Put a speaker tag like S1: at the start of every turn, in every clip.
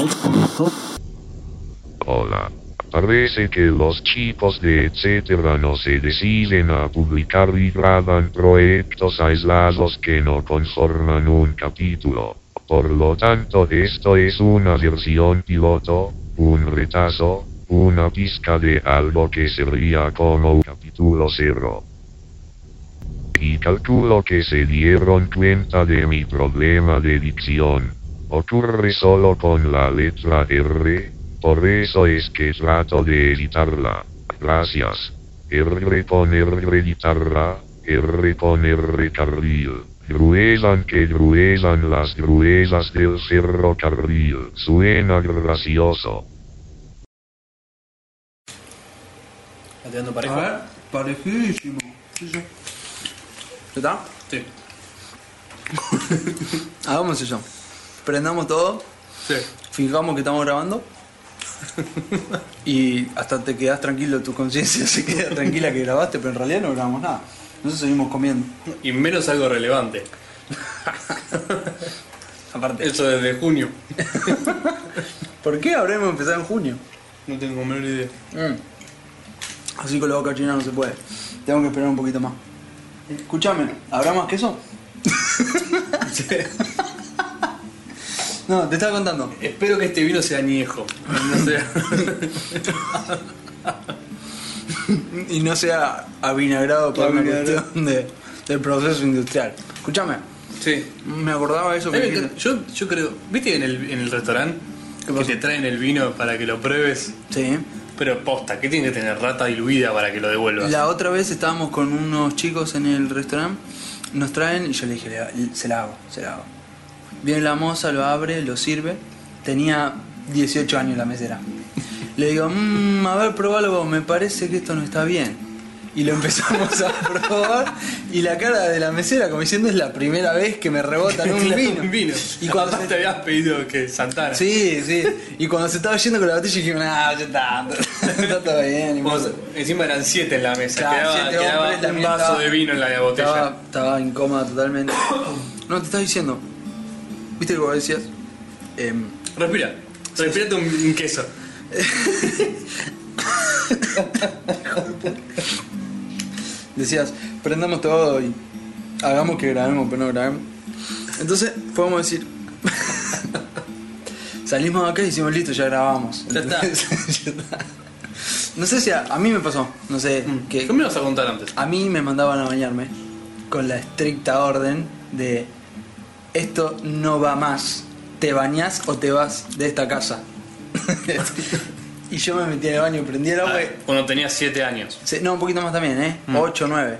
S1: Ojo.
S2: Hola. Parece que los chicos de etcétera no se deciden a publicar y graban proyectos aislados que no conforman un capítulo. Por lo tanto, esto es una versión piloto, un retazo, una pizca de algo que sería como un capítulo cero. Y calculo que se dieron cuenta de mi problema de dicción. Ocurre solo con la letra R, por eso es que trato de editarla. Gracias. R con R guitarra, R con R carril. Gruesan que gruesan las gruesas del ferrocarril. Suena gracioso.
S1: ¿La tirando
S3: A
S1: parejo?
S3: ver, parejísimo. Sí, sí.
S1: ¿Está?
S3: Sí.
S1: Hagamos eso. Prendamos todo,
S3: Sí.
S1: fijamos que estamos grabando. y hasta te quedás tranquilo, tu conciencia se queda tranquila que grabaste, pero en realidad no grabamos nada. Nosotros seguimos comiendo.
S3: Y menos algo relevante.
S1: Aparte,
S3: Eso desde junio.
S1: ¿por qué habremos empezado en junio?
S3: No tengo menor idea.
S1: Mm. Así con la boca china no se puede. Tengo que esperar un poquito más. Escúchame, ¿habrá más queso? no, te estaba contando.
S3: Espero que este vino sea añejo. No sea.
S1: Y no sea avinagrado por una
S3: Avinagrado.
S1: cuestión de, del proceso industrial. Escúchame,
S3: sí.
S1: me acordaba de eso que
S3: ¿Sabes lo que-
S1: dijiste.
S3: Yo, yo creo. ¿Viste en el, en el restaurante? Que te traen el vino para que lo pruebes.
S1: Sí.
S3: Pero posta, que tiene que tener rata diluida para que lo devuelvas.
S1: La otra vez estábamos con unos chicos en el restaurante, nos traen y yo le dije, "Le- se la hago, se la hago. Viene la moza, lo abre, lo sirve. Tenía 18 años la mesera. Le digo, "Mm, a ver, probalo vos, me parece que esto no está bien. Y lo empezamos a probar y la cara de la mesera como diciendo es la primera vez que me rebotan un vino. Y cuando se-
S3: te habías pedido que saltara.
S1: Sí, sí. Y cuando se estaba yendo con la botella dije, nah, ya está, está todo bien. ni
S3: Vos-
S1: modo".
S3: encima eran siete en la mesa.
S1: Claro,
S3: quedaba
S1: siete
S3: quedaba
S1: hombres,
S3: un
S1: también
S3: vaso
S1: estaba-
S3: de vino en la botella.
S1: Estaba, estaba incómoda totalmente. No, te estaba diciendo. ¿Viste lo que vos decías? Em,
S3: Respira. Respirate un, un queso.
S1: decías, prendamos todo y hagamos que grabemos, pero no grabemos. Entonces, podemos decir. Salimos de acá y hicimos listo, ya grabamos.
S3: Ya está.
S1: Entonces, ya está. No sé si a, a mí me pasó, no sé, que
S3: ¿Qué me vas a contar antes?
S1: A mí me mandaban a bañarme con la estricta orden de esto no va más. Te bañás o te vas de esta casa. y yo me metí en el baño, prendí el agua. y-
S3: Ah, Cuando tenía siete años.
S1: Sí, No, un poquito más también, ¿eh?
S3: Mm.
S1: 8 o 9.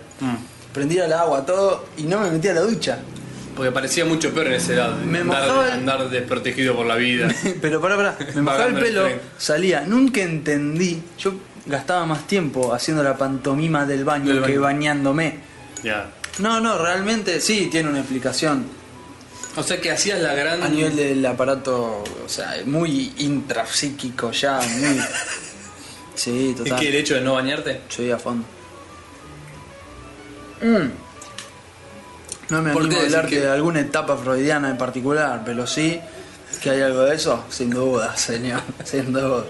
S1: Prendí el agua, todo, y no me metí a la ducha.
S3: Porque parecía mucho peor en esa edad.
S1: Me mojaba
S3: andar,
S1: el-
S3: andar desprotegido por la vida.
S1: Pero pará, pará, me mojaba el
S3: Pagando el
S1: pelo,
S3: tren.
S1: salía. Nunca entendí. Yo gastaba más tiempo haciendo la pantomima del baño
S3: Del
S1: que
S3: baño.
S1: bañándome.
S3: ya.
S1: No, no, realmente sí, tiene una explicación.
S3: O sea que hacías la gran.
S1: A nivel del aparato, o sea, muy intrapsíquico ya, muy. Sí,
S3: ¿Es
S1: total.
S3: que el hecho de no bañarte?
S1: Soy a fondo. Mm. No me
S3: ¿Por
S1: animo
S3: qué
S1: a
S3: decís
S1: hablar
S3: que-
S1: de alguna etapa freudiana en particular, pero sí que hay algo de eso, sin duda, señor, sin duda.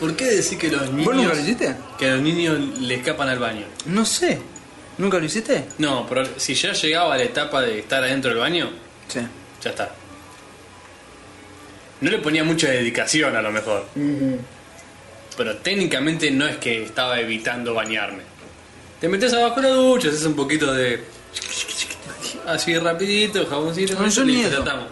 S3: ¿Por qué decir que los niños.
S1: ¿Vos nunca lo hiciste?
S3: Que a los niños le escapan al baño.
S1: No sé, ¿nunca lo hiciste?
S3: No, pero si ya llegaba a la etapa de estar adentro del baño,
S1: Sí.
S3: ya está. No le ponía mucha dedicación a lo mejor. Pero técnicamente no es que estaba evitando bañarme. Te metes abajo de la ducha, haces un poquito de. Así rapidito, jaboncito,
S1: No, yo ni
S3: listo,
S1: eso.
S3: ya estamos.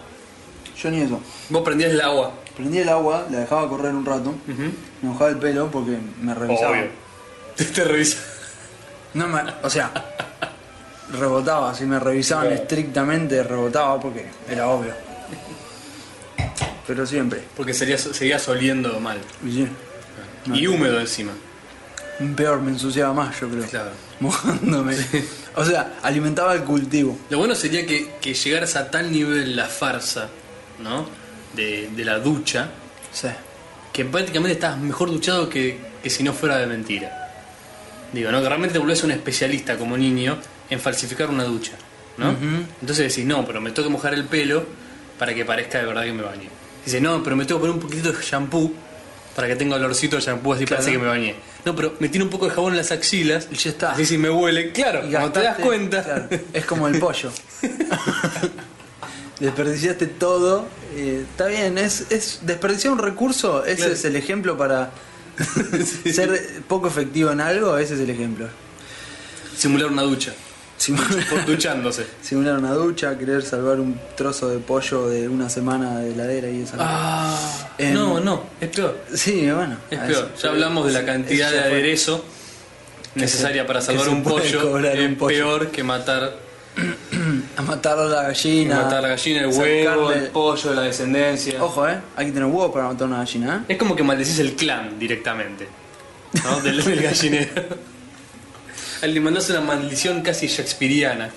S1: Yo ni eso.
S3: Vos prendías el agua.
S1: Prendí el agua, la dejaba correr un rato, me mojaba el pelo porque me revisaba.
S3: Obvio. Te, te revisas.
S1: No me, o sea, rebotaba, si me revisaban
S3: Claro.
S1: estrictamente rebotaba porque era obvio. Pero siempre.
S3: Porque serías, seguías oliendo mal.
S1: Y sí, Ah.
S3: Y húmedo encima.
S1: peor, me ensuciaba más, yo creo.
S3: Claro.
S1: Mojándome. O sea, alimentaba el cultivo.
S3: Lo bueno sería que, que llegaras a tal nivel la farsa, ¿no? De, de la ducha,
S1: Sí.
S3: que prácticamente estás mejor duchado que, que si no fuera de mentira. Digo, ¿no? Que realmente te volvés un especialista como niño en falsificar una ducha, ¿no? Entonces decís, no, pero me tengo que mojar el pelo para que parezca de verdad que me bañé. Dice, no, pero me tengo que poner un poquitito de shampoo para que tenga olorcito de shampoo, así
S1: Claro.
S3: parece que me bañé. No, pero me tiene un poco de jabón en las axilas.
S1: Y ya está.
S3: Así si me huele. Claro,
S1: Y
S3: cuando te das
S1: gastaste-
S3: cuenta.
S1: claro, es como el pollo. Desperdiciaste todo. eh, está bien, es, es desperdiciar un recurso. Ese
S3: Claro.
S1: es el ejemplo para
S3: Sí.
S1: ser poco efectivo en algo. Ese es el ejemplo.
S3: Simular una ducha.
S1: Simular,
S3: Por duchándose.
S1: simular una ducha, querer salvar un trozo de pollo de una semana de heladera y eso.
S3: Ah,
S1: Em,
S3: no, no, es peor.
S1: Sí, bueno.
S3: Es
S1: a
S3: peor.
S1: eso-
S3: Ya hablamos de la
S1: eso
S3: cantidad de
S1: ya fue.
S3: aderezo necesaria para
S1: que
S3: salvar
S1: se
S3: un
S1: puede
S3: pollo.
S1: cobrar
S3: Es
S1: un pollo.
S3: peor que matar,
S1: A matar a la
S3: que
S1: gallina.
S3: matar la gallina, el huevo,
S1: sacarle-
S3: el pollo, la descendencia.
S1: Ojo, eh. Hay que tener huevo para matar una gallina, eh.
S3: Es como que maldecís el clan directamente. ¿No? Del, del gallinero. Le mandás una maldición casi shakespeariana.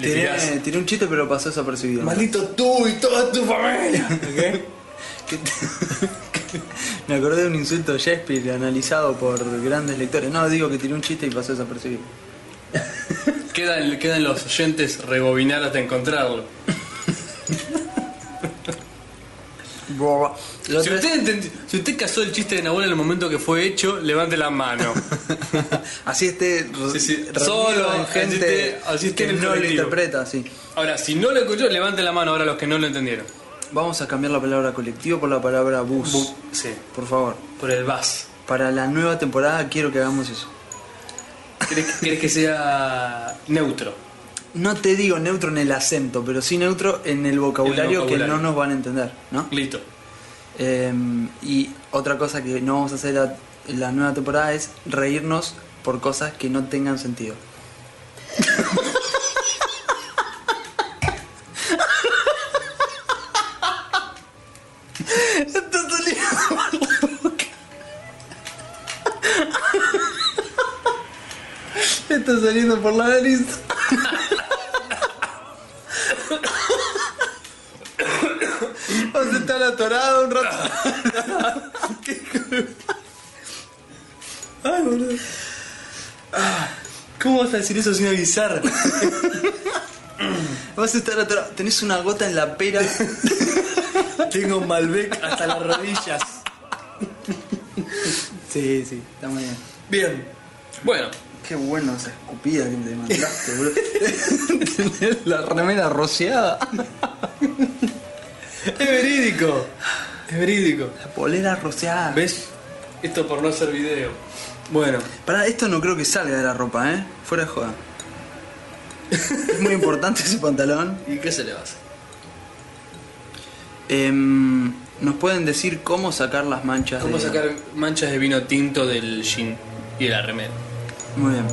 S3: Le tirás,
S1: Tiré, eh, tiré un chiste, pero pasó desapercibido.
S3: Maldito tú y toda tu familia. ¿Ok?
S1: Que te- Me acordé de un insulto de Shakespeare analizado por grandes lectores. No, digo que tiré un chiste y pasó desapercibido.
S3: Quedan, quedan los oyentes rebobinar hasta encontrarlo.
S1: Buah. La
S3: Si
S1: otra vez-
S3: usted, entendi- si usted cazó el chiste de Nahuel en el momento que fue hecho, levante la mano.
S1: Así esté
S3: Sí, sí.
S1: reunido
S3: Solo,
S1: en
S3: así
S1: gente
S3: esté- así esté
S1: que
S3: en el
S1: no lo
S3: colectivo.
S1: interpreta, sí.
S3: Ahora, si no lo escuchó, levante la mano ahora los que no lo entendieron.
S1: Vamos a cambiar la palabra colectivo por la palabra bus.
S3: Bu- sí,
S1: por favor.
S3: por el bus.
S1: Para la nueva temporada quiero que hagamos eso.
S3: ¿Querés que, querés que sea neutro?
S1: No te digo neutro en el acento, pero sí neutro en el vocabulario,
S3: vocabulario.
S1: que no nos van a entender, ¿no?
S3: Listo.
S1: Eh, y otra cosa que no vamos a hacer a- en la nueva temporada es reírnos por cosas que no tengan sentido. Está saliendo por la nariz. Vas a estar atorado un rato.
S3: Ay, boludo. Ah, ¿Cómo vas a decir eso sin avisar?
S1: Vas a estar atorado. Tenés una gota en la pera.
S3: Tengo Malbec hasta las rodillas.
S1: Sí, sí, está muy bien.
S3: Bien. Bueno,
S1: Qué bueno esa escupida que me mandaste, bro. Tenés la remera rociada.
S3: es verídico. Es verídico.
S1: La polera rociada.
S3: ¿Ves? Esto por no hacer video. Bueno,
S1: Pará, esto no creo que salga de la ropa, ¿eh? Fuera de joda. es muy importante ese pantalón.
S3: ¿y qué se le va a hacer?
S1: Em, ¿Nos pueden decir cómo sacar las manchas?
S3: ¿Cómo
S1: de-
S3: sacar manchas de vino tinto del jean y de la remera?
S1: Muy bien.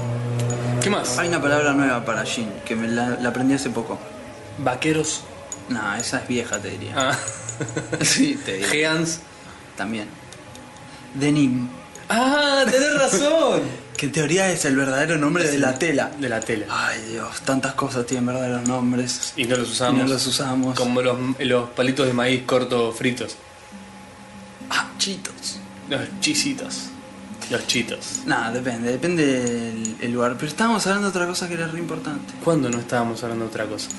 S3: ¿Qué más?
S1: Hay una palabra nueva para jean, que me la, la aprendí hace poco.
S3: Vaqueros.
S1: No, esa es vieja, te diría.
S3: Ah.
S1: Sí, te digo.
S3: Geans.
S1: También. Denim.
S3: Ah, tenés razón.
S1: Que en teoría es el verdadero nombre de la tela.
S3: De la tela.
S1: Ay Dios, tantas cosas tienen verdaderos nombres.
S3: Y no los usamos.
S1: Y no los usamos.
S3: Como los, los palitos de maíz cortos fritos.
S1: Ah, chitos.
S3: Los chisitos. Los chitos.
S1: Nada, depende, depende del el lugar. Pero estábamos hablando de otra cosa que era re importante.
S3: ¿Cuándo no estábamos hablando de otra cosa?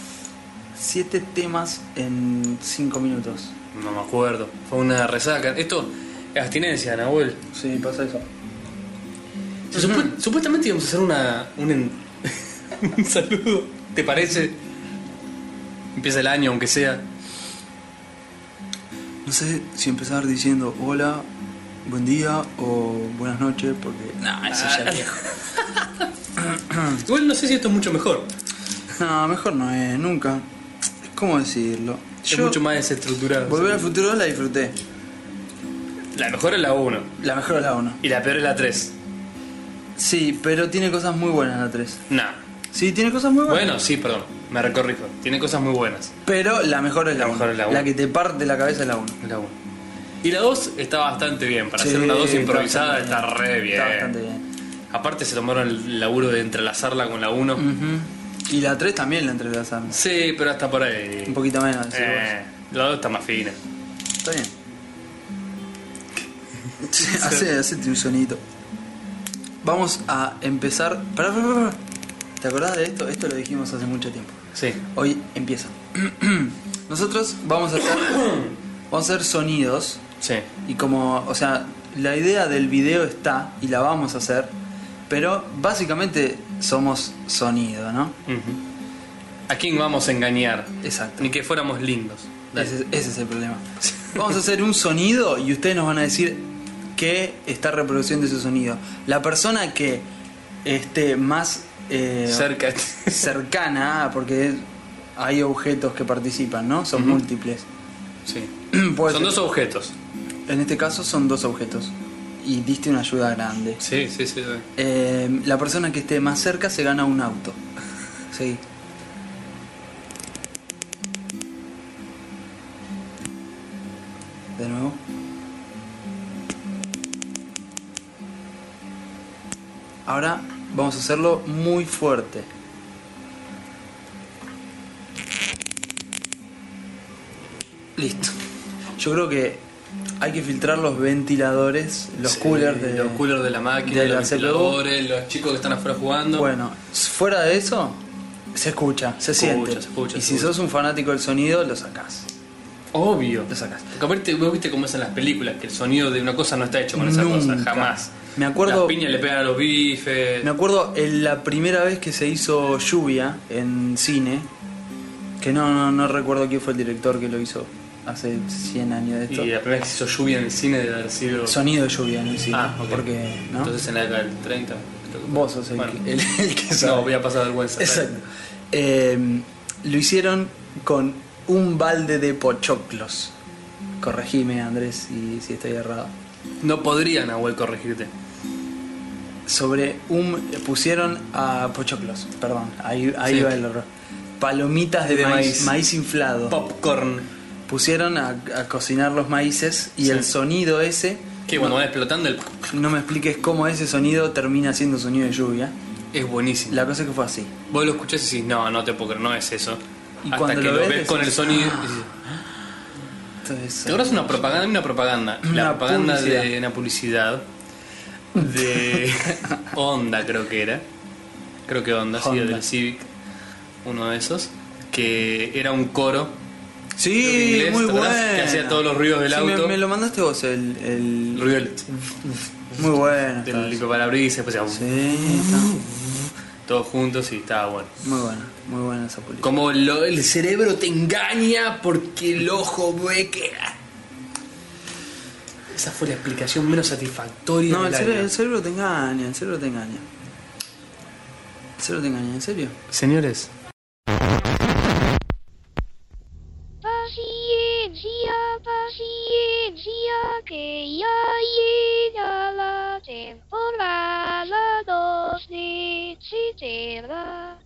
S1: Siete temas en cinco minutos.
S3: No me acuerdo. Fue una resaca. Esto es abstinencia, Nahuel.
S1: Sí, pasa eso.
S3: Se supu- Supuestamente íbamos a hacer una, un, en- un saludo. ¿Te parece? Empieza el año, aunque sea.
S1: No sé si empezar diciendo hola, buen día o buenas noches, porque. No, eso ya
S3: Ah.
S1: es viejo.
S3: Igual no sé si esto es mucho mejor.
S1: No, mejor no es, nunca. ¿Cómo decirlo?
S3: es mucho más desestructurado.
S1: Volver al futuro la disfruté.
S3: La mejor es la 1
S1: La mejor es la 1.
S3: y la peor es la 3.
S1: Sí, pero tiene cosas muy buenas la 3.
S3: Nah.
S1: Sí, tiene cosas muy buenas.
S3: Bueno, sí, perdón. Me recorrijo. Tiene cosas muy buenas.
S1: Pero la mejor es la
S3: La mejor
S1: 1.
S3: es la
S1: La,
S3: uno.
S1: que te parte la cabeza es la 1.
S3: La 1. Y la 2 está bastante bien. Para hacer una 2 improvisada está, re bien.
S1: Está bastante bien.
S3: Aparte se tomaron el laburo de entrelazarla con la 1.
S1: Mm. Ujú. Y la 3 también la entrelazamos.
S3: Sí, pero hasta por ahí.
S1: Un poquito menos. decís
S3: Eh, la 2 está más fina.
S1: vos. Está bien. Sí, Hace, hacete un sonito. Vamos a empezar. Pará, pará, pará. ¿Te acordás de esto? Esto lo dijimos hace mucho tiempo.
S3: Sí.
S1: Hoy empieza. Nosotros vamos a hacer Vamos a hacer sonidos
S3: Sí.
S1: y como, o sea, la idea del video está y la vamos a hacer, pero básicamente somos sonido, ¿no?
S3: ¿A quién vamos a engañar?
S1: Exacto.
S3: Ni que fuéramos lindos.
S1: Ese, ese es el problema. Vamos a hacer un sonido y ustedes nos van a decir qué está reproduciendo ese sonido. La persona que esté más eh,
S3: Cerca.
S1: cercana, ah, porque hay objetos que participan, ¿no? Son
S3: Ujú.
S1: múltiples.
S3: Sí.
S1: Puede
S3: Son
S1: ser-
S3: dos objetos.
S1: En este caso son dos objetos. Y diste una ayuda grande.
S3: Sí, sí, sí. sí.
S1: Eh, la persona que esté más cerca se gana un auto. Sí. De nuevo. Ahora vamos a hacerlo muy fuerte. Listo. Yo creo que hay que filtrar los ventiladores, los
S3: Sí,
S1: coolers de
S3: los coolers de la máquina,
S1: de la
S3: los
S1: CPU.
S3: ventiladores, los chicos que están afuera jugando.
S1: Bueno, fuera de eso, se escucha, se
S3: Escucha,
S1: siente.
S3: se escucha,
S1: y
S3: se
S1: si
S3: escucha.
S1: sos un fanático del sonido, lo sacás.
S3: Obvio.
S1: Lo sacás.
S3: Porque aparte, vos viste cómo es en las películas, que el sonido de una cosa no está hecho con esa cosa,
S1: Nunca.
S3: jamás.
S1: Me acuerdo-
S3: Las piñas le pegan a los bifes.
S1: Me acuerdo en la primera vez que se hizo lluvia en cine, que no, no, no recuerdo quién fue el director que lo hizo hace 100 años de esto.
S3: Y eh, la primera vez que se hizo lluvia en el cine debe haber sido.
S1: Sonido de lluvia en el cine.
S3: Ah, ok.
S1: Porque, ¿no?
S3: Entonces en la década del 30. creo que-
S1: Vos sos el,
S3: Bueno.
S1: que, el- el que sabe.
S3: No, voy a pasar vergüenza.
S1: Exacto. Eh, lo hicieron con un balde de pochoclos. Corregime, Andrés, si, si estoy errado.
S3: No podría, Nahuel, corregirte.
S1: sobre un pusieron a pochoclos, perdón, ahí, ahí
S3: Sí.
S1: va el error. Palomitas de,
S3: De
S1: maíz,
S3: maíz.
S1: maíz inflado.
S3: Popcorn.
S1: Pusieron a, a cocinar los maíces y
S3: Sí.
S1: el sonido ese,
S3: Que cuando van explotando el.
S1: no me expliques cómo ese sonido termina siendo sonido de lluvia.
S3: Es buenísimo.
S1: La cosa es que fue así.
S3: Vos lo escuchás y decís, no, no te puedo creer, no es eso.
S1: Y
S3: Hasta
S1: cuando
S3: que
S1: lo
S3: lo
S1: ves,
S3: ves, con el
S1: decís,
S3: sonido.
S1: "Ah".
S3: y dices,
S1: Entonces,
S3: ¿Te acuerdas una propaganda? Una propaganda.
S1: Una
S3: la propaganda de
S1: publicidad.
S3: una publicidad de Honda, creo que era. Creo que Honda, sí,
S1: Honda.
S3: del Civic. Uno de esos. Que era un coro. creo que
S1: sí,
S3: inglés,
S1: muy
S3: ¿te acordás?
S1: bueno.
S3: Que hacía todos los ruidos del
S1: Sí,
S3: auto.
S1: Me, me lo mandaste vos el, el-
S3: El ruido del,
S1: muy bueno. estaba
S3: del
S1: eso.
S3: parabrisas, después hacía
S1: Sí, está-
S3: todos juntos y estaba bueno.
S1: muy bueno, muy buena esa publicidad.
S3: Como lo- el cerebro te engaña porque el ojo ve que. Esa fue la explicación menos satisfactoria.
S1: No,
S3: del
S1: el cerebro,
S3: año.
S1: el cerebro te engaña, el cerebro te engaña. El cerebro te engaña, ¿en serio?
S3: Señores,
S4: Paciencia, paciencia, que ya llega la temporada 2 de Chitera.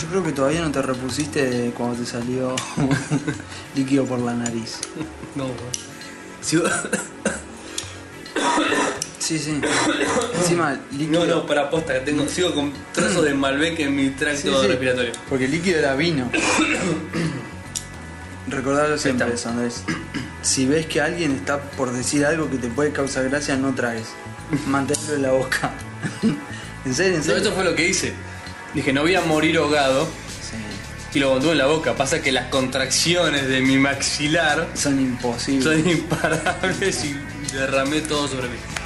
S1: Yo creo que todavía no te repusiste de cuando te salió líquido por la nariz.
S3: no. Si vos-
S1: Sí, sí. Encima, líquido.
S3: no, no, para posta, que tengo, sigo con trozos de Malbec en mi tracto
S1: Sí, sí,
S3: respiratorio.
S1: Porque el líquido era vino. Recordarlo siempre,
S3: estamos.
S1: eso, Andrés. Si ves que alguien está por decir algo que te puede causar gracia, no traes. Manténlo en la boca. ¿En serio? ¿En
S3: No,
S1: serio?
S3: eso fue lo que hice. Dije, no voy a morir ahogado
S1: Sí.
S3: y lo contuve en la boca. Pasa que las contracciones de mi maxilar
S1: Son imposibles.
S3: son imparables y derramé todo sobre mí.